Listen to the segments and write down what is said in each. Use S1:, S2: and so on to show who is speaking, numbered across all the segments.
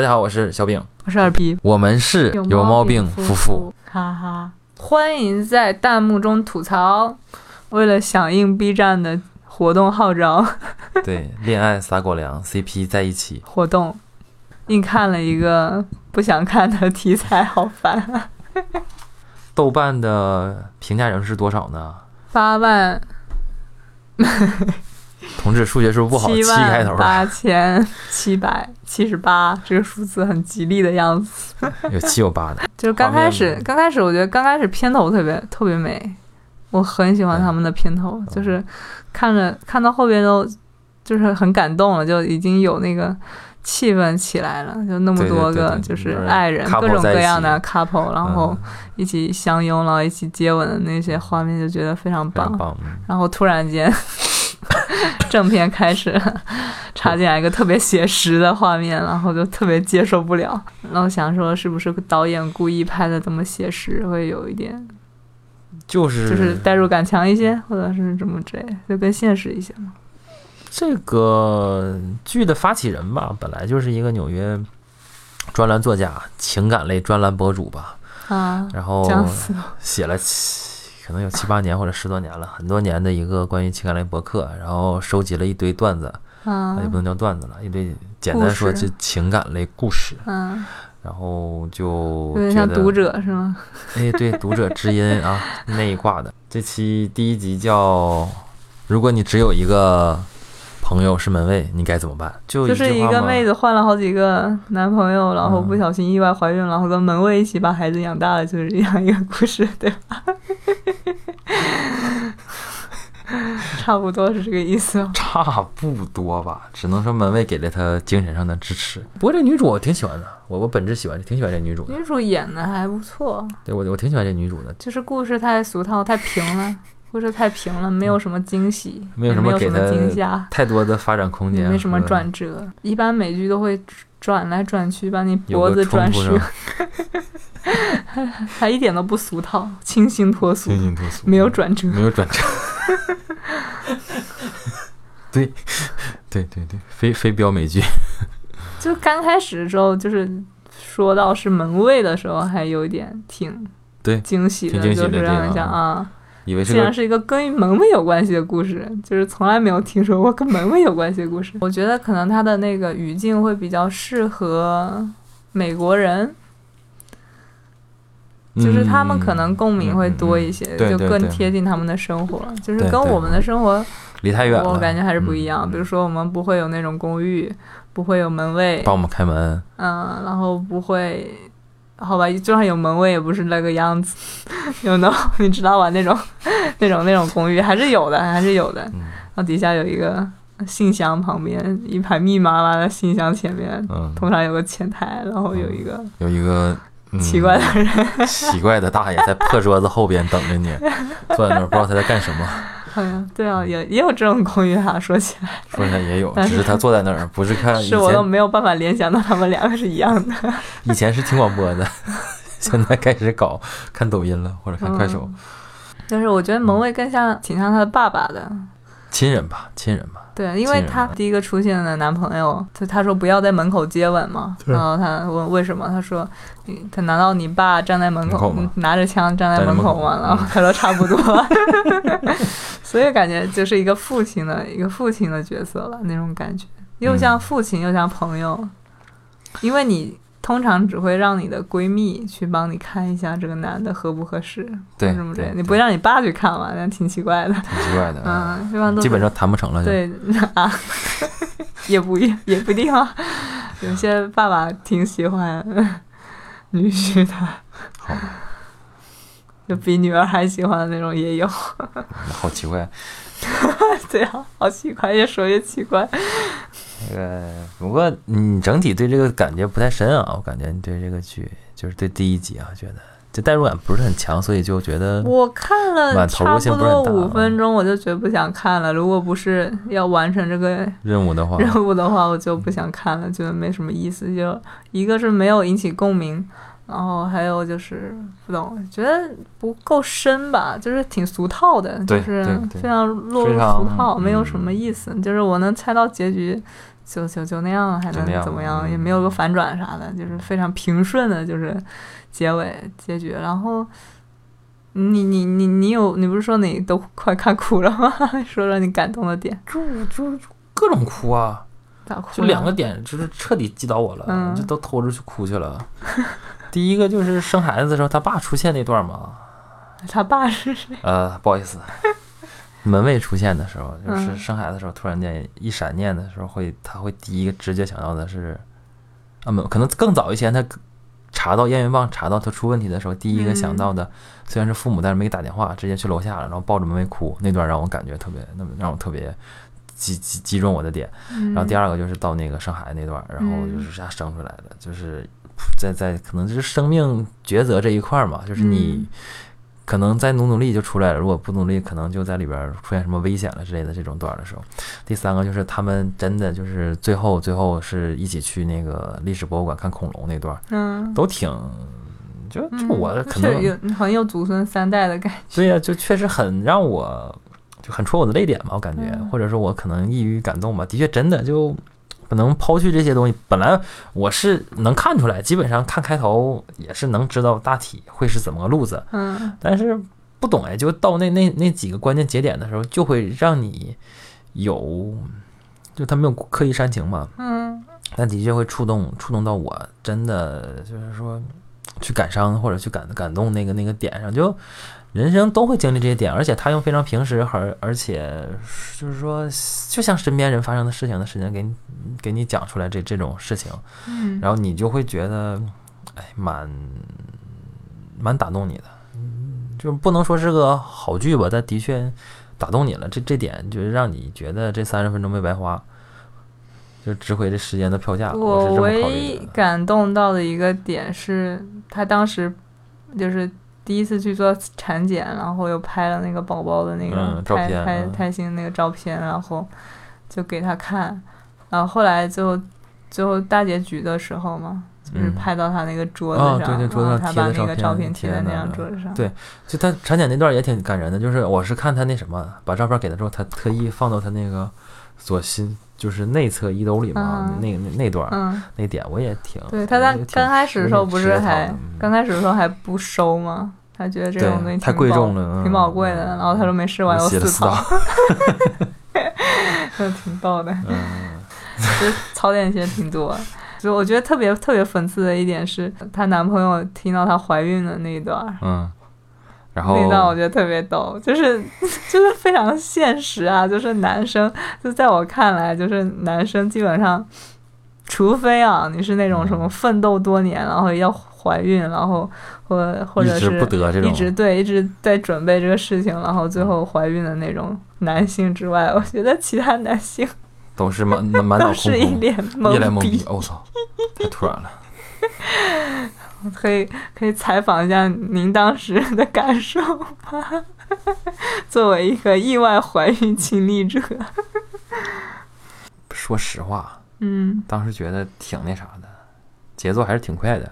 S1: 大家好，我是小饼，
S2: 我是二逼，
S1: 我们是有
S2: 毛
S1: 病
S2: 夫
S1: 妇，，
S2: 哈哈！欢迎在弹幕中吐槽。为了响应 B 站的活动号召，
S1: 对，恋爱撒狗粮，CP 在一起。
S2: 活动硬看了一个不想看的题材，好烦啊！
S1: 豆瓣的评价人是多少呢？
S2: 八万
S1: 同志，数学是不是不好？七开头啊
S2: 万
S1: 的，
S2: 八千七百七十八，这个数字很吉利的样子。
S1: 有七有八的。
S2: 就是刚开
S1: 画
S2: 始
S1: 面，
S2: 刚开始我觉得刚开始片头特别特别美，我很喜
S1: 嗯
S2: 欢他们的片头，就是看着看到后边都就是很感动了，就已经有那个气氛起来了，就那么
S1: 对对
S2: 多
S1: 对
S2: 个
S1: 对
S2: 就是
S1: 就是
S2: 爱人
S1: couple
S2: 各种
S1: 在一
S2: 各样
S1: 起
S2: 的 couple，然后
S1: 嗯
S2: 一起相拥，然后一起接吻的那些画面，就觉得非常
S1: 非常棒，
S2: 棒。
S1: 嗯
S2: 然后突然 间，正片开始了插进来一个特别写实的画面，然后就特别接受不了。然后想说，是不是导演故意拍的这么写实，会有一点
S1: 就是
S2: 就是代入感强一些，或者是怎么之类的，就更现实一些嘛。
S1: 这个剧的发起人吧，本来就是一个纽约专栏作家、情感类专栏博主吧，
S2: 啊，
S1: 然后
S2: 这样子
S1: 写了七，可能有七八年或者十多年了，很多年的一个关于情感类博客，然后收集了一堆段子，
S2: 啊
S1: 哎也，不能叫段子了，一堆简单说
S2: 故
S1: 就
S2: 事
S1: 情感类故事，
S2: 嗯，
S1: 然后就
S2: 有点
S1: 觉
S2: 像
S1: 得
S2: 读，者是吗？
S1: 哎，对，读者知音啊那一挂的。这期第一集叫“如果你只有一个朋友是门卫，你该怎么办？”就
S2: 就是
S1: 句
S2: 一
S1: 话
S2: 个
S1: 吗
S2: 妹子换了好几个男朋友，然后
S1: 嗯
S2: 不小心意外怀孕，然后跟门卫一起把孩子养大了，就是这样一个故事，对吧？ 差不多是这个意思哦吧。
S1: 差不多吧，只能说门卫给了她精神上的支持。不过这女主我挺喜欢的，我我本质喜欢，挺喜欢这女主的。
S2: 女主演的还不错，
S1: 对我我挺喜欢这女主的，
S2: 就是故事太俗套、太平了，故事太平了，没有什么惊喜，
S1: 嗯没有
S2: 也
S1: 什
S2: 没
S1: 么
S2: 有
S1: 给
S2: 什么
S1: 她
S2: 惊吓，
S1: 太多的发展空
S2: 也
S1: 间，
S2: 没什么转。折。一般美剧都会转来转去，把你
S1: 有
S2: 脖
S1: 个
S2: 子
S1: 冲
S2: 转
S1: 突
S2: 折
S1: 上，
S2: 它一点都不俗套，清新脱俗，
S1: 清新脱俗，
S2: 没有转折。
S1: 没有转折。对，对对对，非非标美剧，
S2: 就刚开始的时候，就是说到是门卫的时候，还有一点挺
S1: 对
S2: 惊喜的，
S1: 挺惊喜的
S2: 就是让人
S1: 这个
S2: 想啊，
S1: 以为是
S2: 竟然
S1: 个
S2: 是一个跟门卫有关系的故事，就是从来没有听说过跟门卫有关系的故事。我觉得可能他的那个语境会比较适合美国人，就是他们可能共鸣会多一些，
S1: 嗯嗯嗯嗯对
S2: 就
S1: 对
S2: 更
S1: 对
S2: 贴近他们的生活，就是
S1: 对
S2: 跟
S1: 对
S2: 我们的生活，
S1: 离太远了，
S2: 我感觉还是不一样。
S1: 嗯
S2: 比如说，我们不会有那种公寓，不会有门卫，
S1: 帮我们开门，
S2: 嗯，然后不会，好吧，就算有门卫也不是那个样子， 有 no，你知道吧？那种、 那种、那种公寓还是有的，还是有的。
S1: 嗯
S2: 然后底下有一个信箱，旁边一排密麻麻的信箱前面，
S1: 嗯，
S2: 通常有个前台，然后有一个
S1: 有一 个、嗯
S2: 奇怪的人，
S1: 奇怪的大爷在破桌子后边等着你， 坐在那儿不知道他在干什么。
S2: 好像对啊，也也有这种公寓哈、说起来，
S1: 说起来也有，只是他坐在那儿，不是啊看以
S2: 是我都
S1: 前
S2: 没有办法联想到他们两个是一样的。
S1: 以前是听广播 的，现在开始搞看抖音了或者看快手，
S2: 嗯就是我觉得门卫更像挺像他的爸爸的，
S1: 亲人吧，亲人吧，
S2: 对，因为
S1: 亲人
S2: 她
S1: 嘛
S2: 第一个出现的男朋友，他他说不要在门口接吻嘛，
S1: 对
S2: 然后他问为什么，他说，嗯你他难道你爸站在门口
S1: 门口吗
S2: 拿着枪站在
S1: 站在
S2: 门
S1: 门
S2: 口
S1: 口
S2: 吗？然后他说差不多， 所以感觉就是一个父亲的一个父亲的角色吧，那种感觉，又像父亲又像朋友，因为你。通常只会让你的闺蜜去帮你看一下这个男的合不合适，或
S1: 对
S2: 者什么之类的，
S1: 对
S2: 你不会让你爸去看嘛？那挺奇怪的。
S1: 挺奇怪的，
S2: 嗯，一般都
S1: 基
S2: 是
S1: 本上谈不成了，就，
S2: 对 啊，也不一也不一定啊。有些爸爸挺喜欢女婿的，
S1: 好。
S2: 就比女儿还喜欢的那种也有。
S1: 好奇怪，
S2: 对啊，好奇怪，越说越奇怪。
S1: 嗯那个不过你整体对这个感觉不太深啊，我感觉你对这个剧就是对第一集啊，觉得这代入感不是很强，所以就觉得
S2: 我看了
S1: 满头
S2: 差
S1: 雾性
S2: 不
S1: 不是很
S2: 多
S1: 大
S2: 五
S1: 啊
S2: 分钟，我就觉得不想看了。如果不是要完成这个
S1: 任务的话，
S2: 任务的话，我就不想看了，觉得没什么意思。就一个是没有引起共鸣，然后还有就是不懂，觉得不够深吧，就是挺俗套的，就
S1: 对
S2: 是
S1: 对对
S2: 非常落入
S1: 非常
S2: 俗套，没有
S1: 嗯
S2: 什么意思。就是我能猜到结局，就就就那样了，还
S1: 就那样
S2: 能怎么样？
S1: 嗯
S2: 也没有个反转啥的，就是非常平顺的，就是结尾结局。然后你你你你有你不是说你都快看哭了吗？ 说说你感动的点，
S1: 就就就各种哭啊，
S2: 咋哭？
S1: 就两个，点就是彻底击倒我了，
S2: 嗯
S1: 就都偷着去哭去了。第一个就是生孩子的时候他爸出现那段嘛，
S2: 他爸是谁？
S1: 呃，不好意思， 门卫出现的时候，就是
S2: 嗯
S1: 生孩子的时候，突然间一闪念的时候会，他会第一个直接想到的是，啊，没有，可能更早以前他查到验孕棒查到他出问题的时候，第一个想到
S2: 嗯
S1: 的、虽然是父母，但是没给打电话，直接去楼下了，然后抱着门卫哭，那段让我感觉特别，那么让我特别击击击中我的点。
S2: 然
S1: 然后第二个就是到那个上海那段儿，然后就是
S2: 嗯
S1: 下生出来的，就是在在可能就是生命抉择这一块儿嘛，就是你
S2: 嗯
S1: 可能再努努力就出来了，如果不努力，可能就在里边儿出现什么危险了之类的这种段儿的时候。第三个就是他们真的就是最后最后是一起去那个历史博物馆看恐龙那段儿，
S2: 嗯，
S1: 都挺就就
S2: 嗯
S1: 我
S2: 是
S1: 可能、
S2: 有很有祖孙三代的感觉。
S1: 对呀、就确实很让我就很戳我的泪点吧，我感觉，
S2: 嗯
S1: 或者说我可能易于感动吧。的确，真的就可能抛去这些东西，本来我是能看出来，基本上看开头也是能知道大体会是怎么个路子，
S2: 嗯
S1: 但是不懂哎，就到那那那几个关键节点的时候，就会让你有。就他没有刻意煽情嘛，
S2: 嗯
S1: 但的确会触动触动到我，真的就是说去感伤或者去感感动那个那个点上，就人生都会经历这些点，而且他用非常平时而而且就是说就像身边人发生的事情的时间给你给你讲出来这这种事情，
S2: 嗯，
S1: 然后你就会觉得哎蛮蛮打动你的，嗯就不能说是个好剧吧，但的确打动你了，这这点就是让你觉得这三十分钟没白花。就值回这时间的票价，我是
S2: 我
S1: 这么考
S2: 唯
S1: 虑
S2: 一
S1: 的。
S2: 感动到的一个点是，他当时就是第一次去做产检，然后又拍了那个宝宝的那个
S1: 嗯照
S2: 胎、
S1: 片
S2: 胎
S1: 嗯
S2: 胎心那个照片，然后就给他看，然后后来最后最后大结局的时候嘛，就是
S1: 嗯
S2: 拍到他那个桌子
S1: 哦对
S2: 上，
S1: 对桌子
S2: 然后
S1: 上
S2: 他
S1: 贴
S2: 把
S1: 的
S2: 那个
S1: 照
S2: 照
S1: 片
S2: 片贴在
S1: 天
S2: 那
S1: 哪
S2: 张桌子上，
S1: 对就他产检那段也挺感人的，就是我是看他那什么，把照片给他之后，他特意放到他那个左心就是内侧衣兜里嘛，
S2: 嗯
S1: 那那那段、
S2: 嗯。
S1: 那点我也挺
S2: 对他
S1: 我
S2: 在
S1: 也挺
S2: 刚开始的时候不
S1: 吃
S2: 是
S1: 了糖
S2: 还
S1: 的嗯
S2: 刚开始的时候还不收吗？他觉得这
S1: 对
S2: 种东西
S1: 太
S2: 挺
S1: 贵
S2: 宝
S1: 重了
S2: 挺
S1: 嗯
S2: 宝贵的。
S1: 嗯
S2: 然后他说没事，我要
S1: 写了
S2: 四
S1: 四道
S2: 套， 就挺逗的，
S1: 嗯
S2: 就是槽 点其实挺多。就我觉得特别特别讽刺的一点是，她男朋友听到她怀孕的那一段儿，
S1: 嗯，然后
S2: 那段我觉得特别逗，就是 就是非常现实啊，就是男生就在我看来，就是男生基本上，除非啊你是那种什
S1: 嗯
S2: 么奋斗多年，然后要怀孕，然后或或者
S1: 一直
S2: 是
S1: 不得这种嗯
S2: 一直对一直在准备这个事情，然后最后怀孕的那种男性之外，我觉得其他男性
S1: 都是满满脑
S2: 都
S1: 空
S2: 是一
S1: 空，
S2: 脸
S1: 一脸懵逼哦
S2: 逼。，
S1: 我、操，太突然了。
S2: 可以可以采访一下您当时的感受吗？ 作为一个意外怀孕经历者，
S1: 说实话，
S2: 嗯，
S1: 当时觉得挺那啥的，节奏还是挺快的。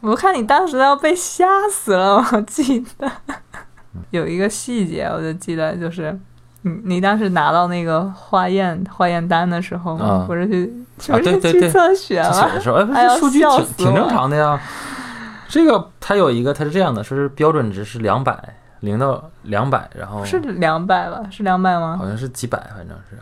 S2: 我看你当时要被吓死了，我记得 有一个细节，我就记得就是。你你当时拿到那个化验化验单的时候吗，
S1: 嗯
S2: 不是去
S1: 啊
S2: 不
S1: 对
S2: 是
S1: 对
S2: 去
S1: 对
S2: 测血
S1: 他
S2: 吗
S1: 写？的时候，哎，
S2: 哎
S1: 这
S2: 呦
S1: 数据
S2: 笑
S1: 挺
S2: 死
S1: 挺
S2: 我
S1: 正常的呀。这个它有一个，它是这样的，说是标准值是两百，零到两百，然后
S2: 是两百吧？是两百吗？
S1: 哦
S2: 嗯
S1: 好像是几百，反正是。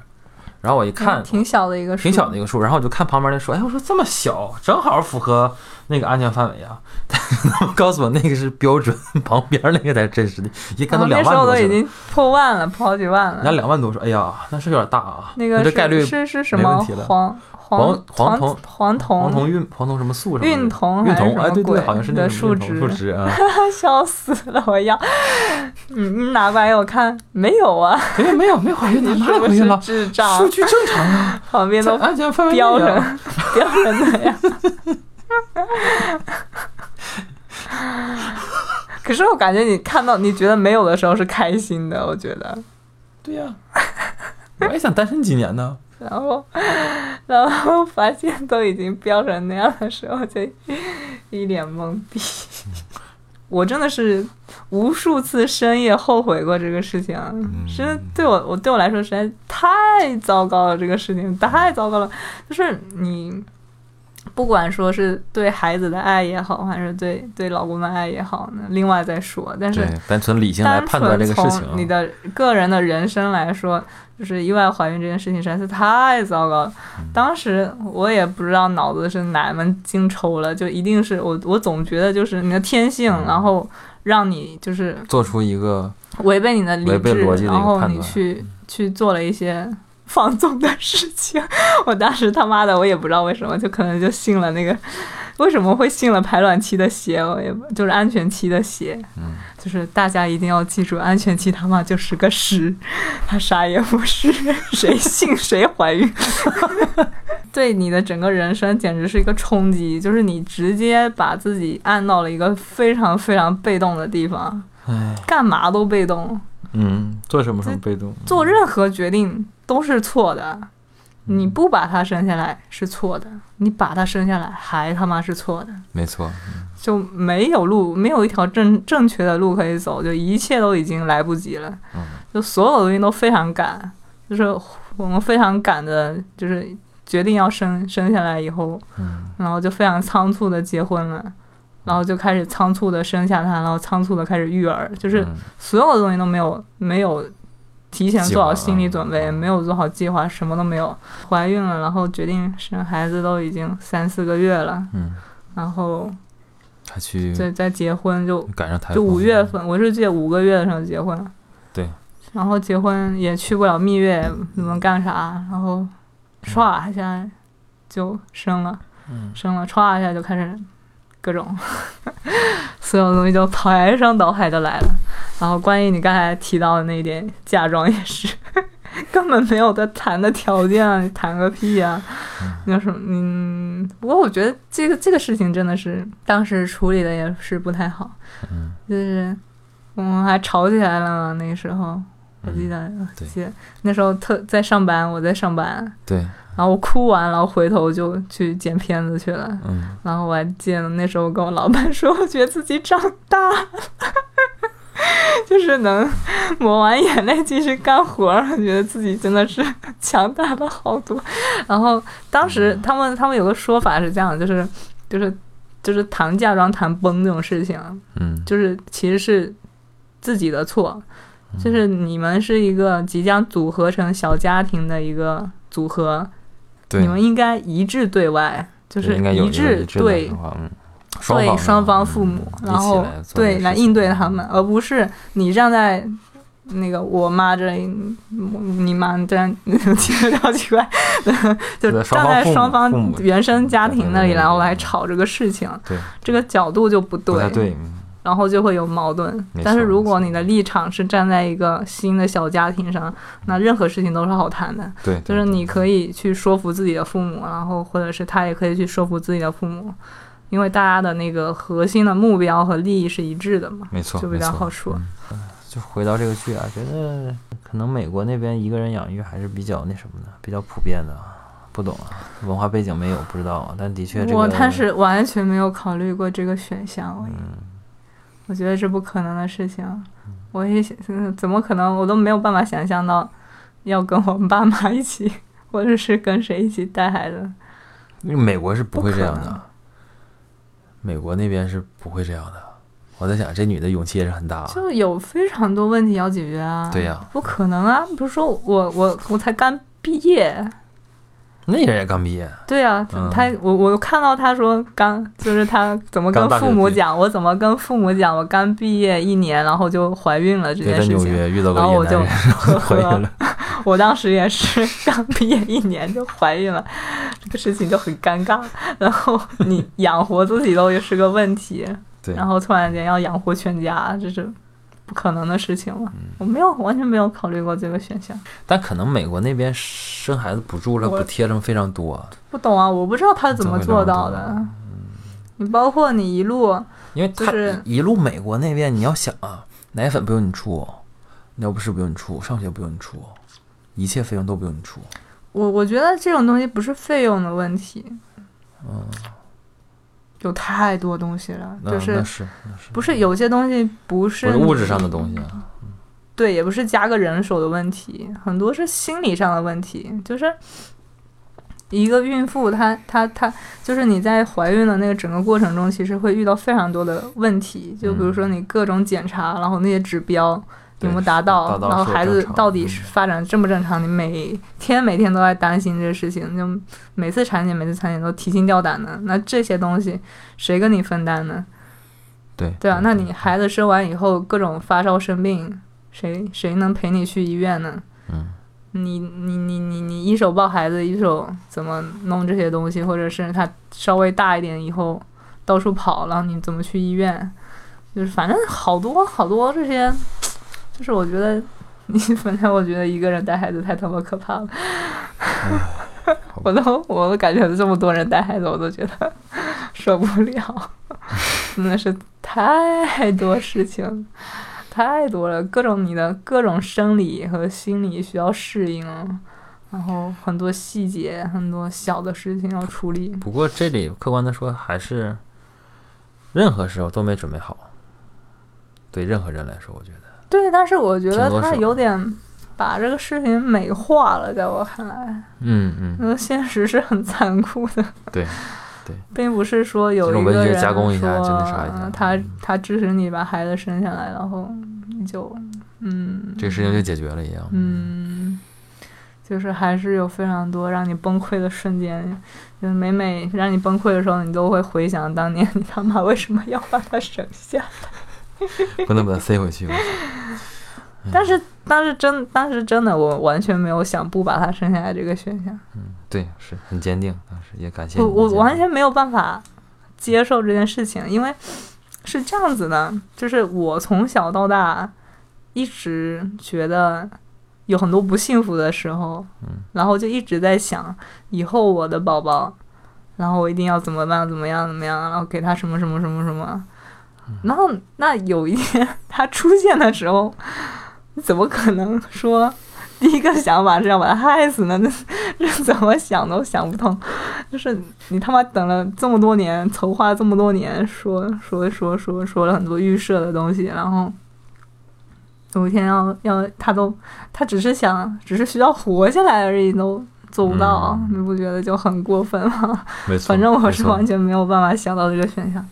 S1: 然后我一看，
S2: 挺小的一个数，
S1: 挺小的一个数，然后我就看旁边那数，哎，我说这么小，正好符合那个安全范围啊。但是他们告诉我那个是标准，旁边那个才是真实的，一看
S2: 然
S1: 都两
S2: 后啊那时
S1: 万
S2: 候
S1: 多
S2: 都
S1: 去
S2: 已
S1: 了，
S2: 经破万了，破好几万了
S1: 人家。两万多说，哎呀，那是有点大啊，
S2: 那个
S1: 这
S2: 是
S1: 概率
S2: 是是什
S1: 没
S2: 么
S1: 问题了
S2: 黄
S1: 黄黄
S2: 黄
S1: 铜
S2: 黄铜
S1: 黄铜孕黄铜什么素什么
S2: 孕
S1: 的
S2: 酮
S1: 孕
S2: 嗯还是什
S1: 酮，
S2: 么
S1: 哎，对对，
S2: 鬼
S1: 好像是那
S2: 的
S1: 什么
S2: 数
S1: 孕酮数
S2: 值，
S1: 值啊，
S2: 笑死了我要。你你拿过来给我看，没有啊？
S1: 没哎有没有没有怀孕的，
S2: 你
S1: 哪
S2: 是
S1: 里怀
S2: 不
S1: 孕
S2: 是
S1: 了？
S2: 智
S1: 数
S2: 障？
S1: 据正常啊，
S2: 旁边
S1: 在
S2: 都
S1: 安全范围内
S2: 标成
S1: 啊。
S2: 标成那样。 可是我感觉你看到你觉得没有的时候是开心的，我觉得。
S1: 对呀、我也想单身几年呢。
S2: 然后， 然后发 现都已经标成那样的时候，就一脸懵逼。我真的是无数次深夜后悔过这个事情，真的对我我对我来说实在太糟糕了，这个事情太糟糕了。就是你不管说是对孩子的爱也好，还是对对老公的爱也好呢，另外再说。但是
S1: 对，单纯理性来
S2: 单
S1: 判断
S2: 纯
S1: 这个事
S2: 从
S1: 情，啊
S2: 你的个人的人生来说，就是意外怀孕这件事情实在是太糟糕了。
S1: 嗯
S2: 当时我也不知道脑子是哪门筋抽了，就一定是我，我总觉得就是你的天性，
S1: 嗯
S2: 然后让你就是
S1: 做出一个
S2: 违背你的理
S1: 违背
S2: 智
S1: 逻辑，的一个
S2: 然后
S1: 判
S2: 你
S1: 断
S2: 去去做了一些放纵的事情。 我当时他妈的，我也不知道为什么，就可能就信了那个，为什么会信了排卵期的邪？我也不就是安全期的邪。
S1: 嗯，
S2: 就是大家一定要记住，安全期他妈就是个屎，他 啥也不是，谁信谁怀孕。 对你的整个人生简直是一个冲击，就是你直接把自己按到了一个非常非常被动的地方，
S1: 哎，
S2: 干嘛都被动，
S1: 嗯，做什么什么被动，
S2: 做任何决定都是错
S1: 嗯
S2: 的。你不把他生下来是错的，你把他生下来还他妈是错的，
S1: 没错，
S2: 就没有路，没有一条正正确的路可以走，就一切都已经来不及了。
S1: 嗯
S2: 就所有东西都非常赶，就是我们非常赶的，就是决定要生生下来以后，
S1: 嗯
S2: 然后就非常仓促的结婚了，然后就开始仓促的生下他，然后仓促的开始育儿，就是
S1: 嗯
S2: 所有的东西都没有没有提前做好心理准
S1: 计划
S2: 备，
S1: 嗯
S2: 没有做好计划，什么都没有。怀孕了，然后决定生孩子都已经三四个月了，
S1: 嗯，
S2: 然后
S1: 还去
S2: 再再结婚就
S1: 赶上台风，
S2: 就五月份，我是记得五个月的时候结婚。
S1: 对。
S2: 然后结婚也去不了蜜月，不能干啥，然后唰一下就生了，
S1: 嗯
S2: 生了唰一下就开始各种，所有东西就排山倒海的来了。然后关于你刚才提到的那一点，嫁妆也是 根本没有在谈的条件啊，你谈个屁呀、啊！那什么，嗯，不过我觉得这个这个事情真的是当时处理的也是不太好，
S1: 嗯
S2: 就是我们还吵起来了嘛，那个时候。我
S1: 嗯
S2: 记得，我
S1: 对
S2: 记得那时候特在上班，我在上班，
S1: 对，
S2: 然后我哭完，然后回头就去剪片子去了。
S1: 嗯，
S2: 然后我还记得那时候我跟我老板说，我觉得自己长大了， 就是能抹完眼泪继续干活儿，觉得自己真的是强大了好多。然后当时
S1: 嗯
S2: 他们他们有个说法是这样的，就是就是就是谈嫁妆谈崩这种事情，啊
S1: 嗯，
S2: 就是其实是自己的错，就是
S1: 嗯
S2: 你们是一个即将组合成小家庭的一个组合，
S1: 对，
S2: 你们应该一致对外，就
S1: 就是应该有一个
S2: 致
S1: 一致的
S2: 对
S1: 说法，嗯，双
S2: 对
S1: 方
S2: 双方父
S1: 嗯
S2: 母，
S1: 一
S2: 然
S1: 起
S2: 后
S1: 来做这
S2: 对
S1: 个
S2: 来
S1: 事情
S2: 应对他们，哦而不是你站在。那个我妈这里，你妈这样，听着好奇怪， 就
S1: 对双方
S2: 站在
S1: 父母
S2: 双方
S1: 父母
S2: 原生家庭那里，
S1: 对对对
S2: 然后
S1: 对
S2: 来吵这个事情，
S1: 对
S2: 这个角度就不
S1: 不
S2: 对
S1: 太，对，嗯
S2: 然后就会有矛盾
S1: 没。
S2: 但是
S1: 错
S2: 如
S1: 没
S2: 果
S1: 错
S2: 你的立场是站在一个新的小家庭上，那任何事情都是好谈的。
S1: 对，
S2: 就是你可以去说服自己的父母，然后或者是他也可以去说服自己的父母，因为大家的那个核心的目标和利益是一致的嘛，
S1: 没错，
S2: 就比
S1: 没
S2: 较
S1: 错嗯
S2: 好说。
S1: 就回到这个剧啊，觉得可能美国那边一个人养育还是比较那什么的，比较普遍的啊，不懂啊，文化背景没有不知道啊，但的确这个，
S2: 我他是完全没有考虑过这个选项，我也
S1: 嗯
S2: 我觉得这不可能的事情，啊我也想嗯怎么可能，我都没有办法想象到要跟我爸妈一起， 或者是跟谁一起带孩子。
S1: 啊因为美国是不会这样
S2: 不可能
S1: 的，美国那边是不会这样的。我在想，这女的勇气也是很大、啊，
S2: 就有非常多问题要解决啊！
S1: 对呀
S2: 不可能啊！比如说我我我才刚毕业，
S1: 那人也刚毕业，
S2: 对啊，
S1: 嗯
S2: 他我我看到他说刚就是他怎么跟
S1: 刚大学
S2: 父母
S1: 毕业
S2: 讲，我怎么跟父母讲我刚毕业一年，然后就怀孕了这
S1: 对，
S2: 件
S1: 在
S2: 事
S1: 纽
S2: 情。
S1: 约遇到个
S2: 然后我
S1: 野
S2: 就
S1: 男人，
S2: 呵
S1: 怀孕
S2: 呵
S1: 了，，
S2: 我当时也是刚毕业一年就怀孕了，这个事情就很尴尬。然后你养活自己都是个问题，
S1: 对，
S2: 然后突然间要养活全家，这是不可能的事情了。
S1: 嗯
S2: 我没有完全没有考虑过这个选项，
S1: 但可能美国那边生孩子补助了
S2: 我
S1: 补贴了非常多，
S2: 不懂啊，我不知道他怎么做到
S1: 怎么
S2: 的
S1: 会这。
S2: 你包括你一路
S1: 因为
S2: 就
S1: 他
S2: 是
S1: 一路美国那边，你要想啊，奶粉不用你出，尿不湿不用你出，上学不用你出，一切费用都不用你出。
S2: 我我觉得这种东西不是费用的问题，有太多东西了，
S1: 嗯那
S2: 就
S1: 那
S2: 是
S1: 是那是
S2: 不是有些东西不是
S1: 不是物质
S2: 你
S1: 上的东西啊，
S2: 对，也不是加个人手的问题，很多是心理上的问题。就是一个孕妇她，她她就是你在怀孕的那个整个过程中，其实会遇到非常多的问题，就比如
S1: 嗯
S2: 说你各种检查，然后那些指标
S1: 对
S2: 有没有达到，
S1: 达到
S2: 然后
S1: 是
S2: 孩
S1: 正
S2: 子
S1: 常
S2: 到底
S1: 嗯
S2: 是发展正不正常，你每天每天都在担心这事情，就每次产检每次产检都提心吊胆的。那这些东西谁跟你分担呢？
S1: 对
S2: 对啊，那你
S1: 还
S2: 孩子生完以后各种发烧生病，谁谁能陪你去医院呢？
S1: 嗯
S2: 你你你你你一手抱孩子，一手怎么弄这些东西，或者是他稍微大一点以后到处跑了，你怎么去医院？就是反正好多好多这些，就是我觉得你 反正我觉得一个人带孩子太他妈可怕了，
S1: 好吧
S2: 我都我都感觉这么多人带孩子，我都觉得受不了， 真的是太多事情，太多了，各种你的各种生理和心理需要适应，然后很多细节，很多小的事情要处理。
S1: 不过这里客观的说，还是任何时候都没准备好。对任何人来说，我觉得
S2: 对，但是我觉得
S1: 挺多
S2: 他
S1: 事儿
S2: 有点把这个事情美化了，在我看来，
S1: 嗯嗯，
S2: 那现实是很残酷的。
S1: 对，
S2: 并不是说有
S1: 这种
S2: 一个
S1: 文学
S2: 人
S1: 加工一下
S2: 说
S1: 真的啥一下嗯
S2: 呃他他支持你把孩子生下来，然后你就嗯
S1: 这个事情就解决了一样。
S2: 嗯，就是还是有非常多让你崩溃的瞬间，就是每每让你崩溃的时候，你都会回想当年你他妈为什么要把他生下。
S1: 不能把它塞回去。我操嗯
S2: 但是当时真当时真的我完全没有想不把他生下来这个选项，
S1: 嗯，对，是很坚定，当时也感谢
S2: 我
S1: 你的
S2: 我
S1: 坚
S2: 完
S1: 定
S2: 全没有办法接受这件事情，因为是这样子的，就是我从小到大一直觉得有很多不幸福的时候，
S1: 嗯
S2: 然后就一直在想以后我的宝宝，然后我一定要怎么办，怎么样，怎么样，然后给他什么什么什么什么，然后那有一天他出现的时候，你怎么可能说？第一个想法是要把他害死呢，那 这怎么想都想不通。就是你他妈等了这么多年，筹划这么多年，说说说说说了很多预设的东西，然后有一天要要他都他只是想，只是需要活下来而已，都做不到，
S1: 嗯
S2: 你不觉得就很过分吗？
S1: 没错。
S2: 反正我
S1: 没
S2: 是
S1: 错
S2: 完全没有办法想到这个选项，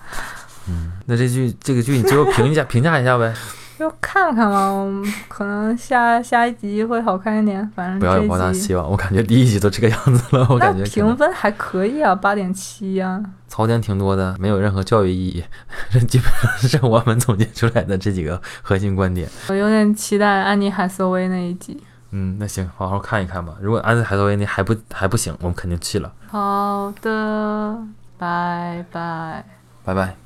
S1: 那这剧这个剧你最后评价评价一下 呗，
S2: 就看看吧，我们可能下下一集会好看一点，反
S1: 不要有
S2: 正
S1: 抱
S2: 这
S1: 大
S2: 一集。
S1: 希望。我感觉第一集都这个样子了，我
S2: 那
S1: 感觉可
S2: 评
S1: 能
S2: 分还可以啊，八点七呀。
S1: 槽点挺多的，没有任何教育意义， 这基本上是我们总结出来的这几个核心观点。
S2: 我有点期待安妮海瑟薇那一集。
S1: 嗯，那行，好好看一看吧。如果安德海瑟薇那还不还不行，我们肯定去了。
S2: 好的，拜拜。
S1: 拜拜。